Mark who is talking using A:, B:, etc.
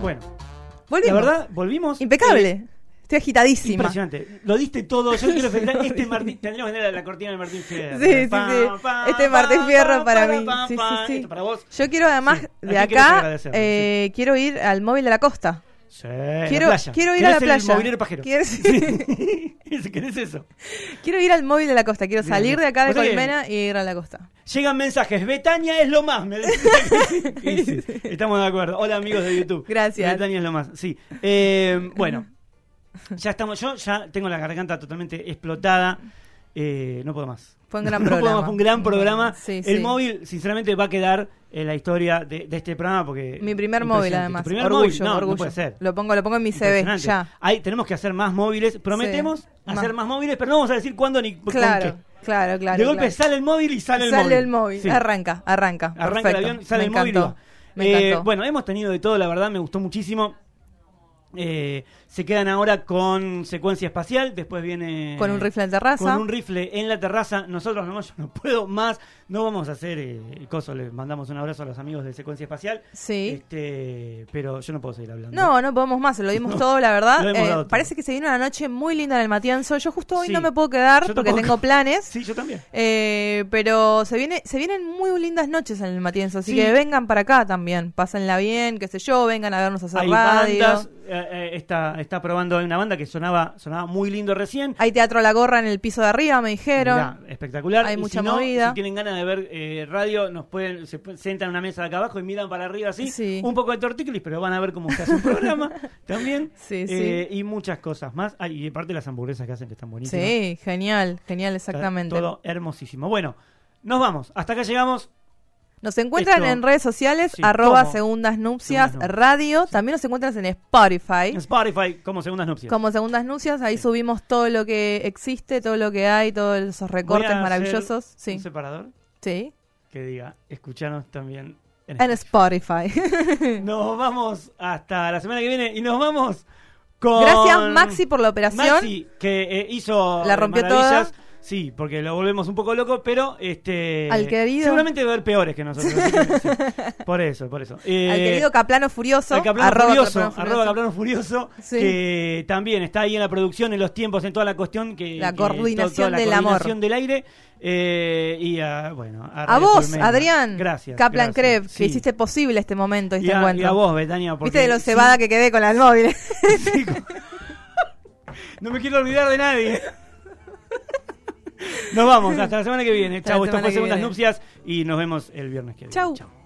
A: Bueno,
B: Volvimos.
A: la verdad, volvimos.
B: Impecable.
A: Eh,
B: Estoy agitadísima.
A: impresionante. Lo diste todo. Yo quiero felicitar. Este Martín, tendríamos que tener la cortina de Martín Fierro.
B: Sí, sí, sí. Este Martín Fierro para mí. Sí, sí, sí.
A: Esto para vos.
B: Yo quiero además
A: Sí, ¿a
B: de
A: quién querés
B: acá,
A: agradecer?
B: eh, quiero ir al móvil de la costa.
A: Sí, la
B: Quiero,
A: playa.
B: quiero ir
A: ¿Querés
B: a la playa.
A: El movilero pajero.
B: Quiero,
A: Sí. ¿Querés eso?
B: quiero ir al móvil de la costa. Quiero
A: Bien,
B: salir
A: bien.
B: de acá de
A: O sea que-
B: Colmena y ir a la costa.
A: Llegan mensajes. Betania es lo más. Me dicen. Y sí, Estamos de acuerdo. Hola, amigos de YouTube.
B: Gracias.
A: Betania es lo más. Sí. Eh, bueno, ya estamos. Yo ya tengo la garganta totalmente explotada. Eh, no puedo más.
B: Fue un gran
A: No puedo
B: programa.
A: más, fue un gran programa.
B: Sí,
A: el
B: sí.
A: móvil, sinceramente, va a quedar en la historia de, de este programa porque.
B: Mi primer móvil,
A: impresionante.
B: además.
A: Tu primer
B: orgullo,
A: móvil, no, no
B: orgullo.
A: puede ser.
B: Lo pongo, lo pongo en mi CV,
A: Impresionante.
B: ya.
A: Ahí tenemos que hacer más móviles. Prometemos
B: Sí.
A: hacer más
B: Más.
A: móviles, pero no vamos a decir cuándo ni con
B: Claro,
A: qué.
B: claro, claro.
A: de golpe
B: claro.
A: sale el móvil y sale el móvil.
B: Sale el móvil.
A: Sí.
B: Arranca, arranca.
A: Arranca el
B: Perfecto.
A: avión, sale
B: Me
A: el móvil. y
B: encantó.
A: va.
B: Me
A: Eh,
B: encantó.
A: bueno, hemos tenido de todo, la verdad, me gustó muchísimo. Eh, se quedan ahora con secuencia espacial, después viene...
B: con un rifle en terraza.
A: Con un rifle en la terraza, nosotros no, yo no puedo más, no vamos a hacer eh, el coso, les mandamos un abrazo a los amigos de Secuencia Espacial,
B: Sí.
A: este, pero yo no puedo seguir hablando.
B: No, no podemos más, lo dimos todo, la
A: Lo
B: verdad.
A: hemos
B: Eh,
A: dado todo.
B: parece que se vino una noche muy linda en el Matienzo. Yo justo hoy
A: Sí.
B: no me puedo quedar
A: Yo
B: porque
A: tampoco.
B: tengo planes.
A: Sí, yo también.
B: Eh, pero se viene, se vienen muy lindas noches en el Matienzo, así
A: Sí.
B: que vengan para acá también, pásenla bien, qué sé yo, vengan a vernos a hacer
A: Hay
B: radio.
A: bandas, eh, eh, está, está probando, hay una banda que sonaba, sonaba muy lindo recién,
B: Hay teatro a la gorra en el piso de arriba, me dijeron.
A: Mirá, espectacular.
B: hay
A: Y
B: mucha
A: si no,
B: movida.
A: Si tienen ganas de ver eh, radio, nos pueden se pu- sentan en una mesa de acá abajo y miran para arriba así.
B: Sí.
A: Un poco de tortícolis, pero van a ver cómo se hace un programa también.
B: Sí,
A: Eh, Y muchas cosas más. Ah, y aparte las hamburguesas que hacen que están buenísimas.
B: Sí, genial, genial,
A: Está
B: exactamente.
A: Todo hermosísimo. Bueno, nos vamos. Hasta acá llegamos.
B: Nos encuentran
A: Esto-
B: en redes sociales,
A: Sí,
B: arroba
A: ¿cómo?
B: segundas nupcias
A: Segundas Nupcias.
B: radio. También nos encuentran en Spotify.
A: En Spotify, como segundas nupcias.
B: Como segundas nupcias, ahí subimos todo lo que existe, todo lo que hay, todos esos
A: Voy a
B: recortes
A: hacer
B: maravillosos. Sí,
A: Un separador
B: sí.
A: que diga, escuchanos también en
B: En Spotify.
A: Nos vamos hasta la semana que viene y nos vamos con.
B: Gracias Maxi por la operación.
A: Maxi, que eh, hizo
B: La rompió
A: maravillas.
B: toda.
A: Sí, porque lo volvemos un poco loco, pero este
B: Al querido.
A: seguramente va a haber peores que nosotros. así que, sí, por eso, por eso. Eh,
B: al querido Caplano Furioso.
A: al Caplano
B: arroba
A: Furioso,
B: Caplano Furioso.
A: arroba Caplano Furioso,
B: Sí.
A: que también está ahí en la producción, en los tiempos, en toda la cuestión que
B: La
A: que-
B: coordinación
A: toda la
B: del amor.
A: coordinación del aire eh, y a, bueno, a,
B: A
A: Radio
B: vos,
A: Colmena.
B: Adrián.
A: gracias,
B: Kaplan
A: gracias.
B: Kreb,
A: Sí.
B: que hiciste posible este momento, este
A: y a, y
B: encuentro.
A: a vos, Betania, porque
B: Viste de lo
A: sin-
B: cebada que quedé con la del móvil.
A: Sí, co- No me quiero olvidar de nadie. Nos vamos, hasta la semana que viene.
B: Hasta la
A: Chau, esto
B: semana
A: fue
B: que
A: Segundas
B: viene.
A: Nupcias y nos vemos el viernes que viene.
B: Chau.
A: Chau.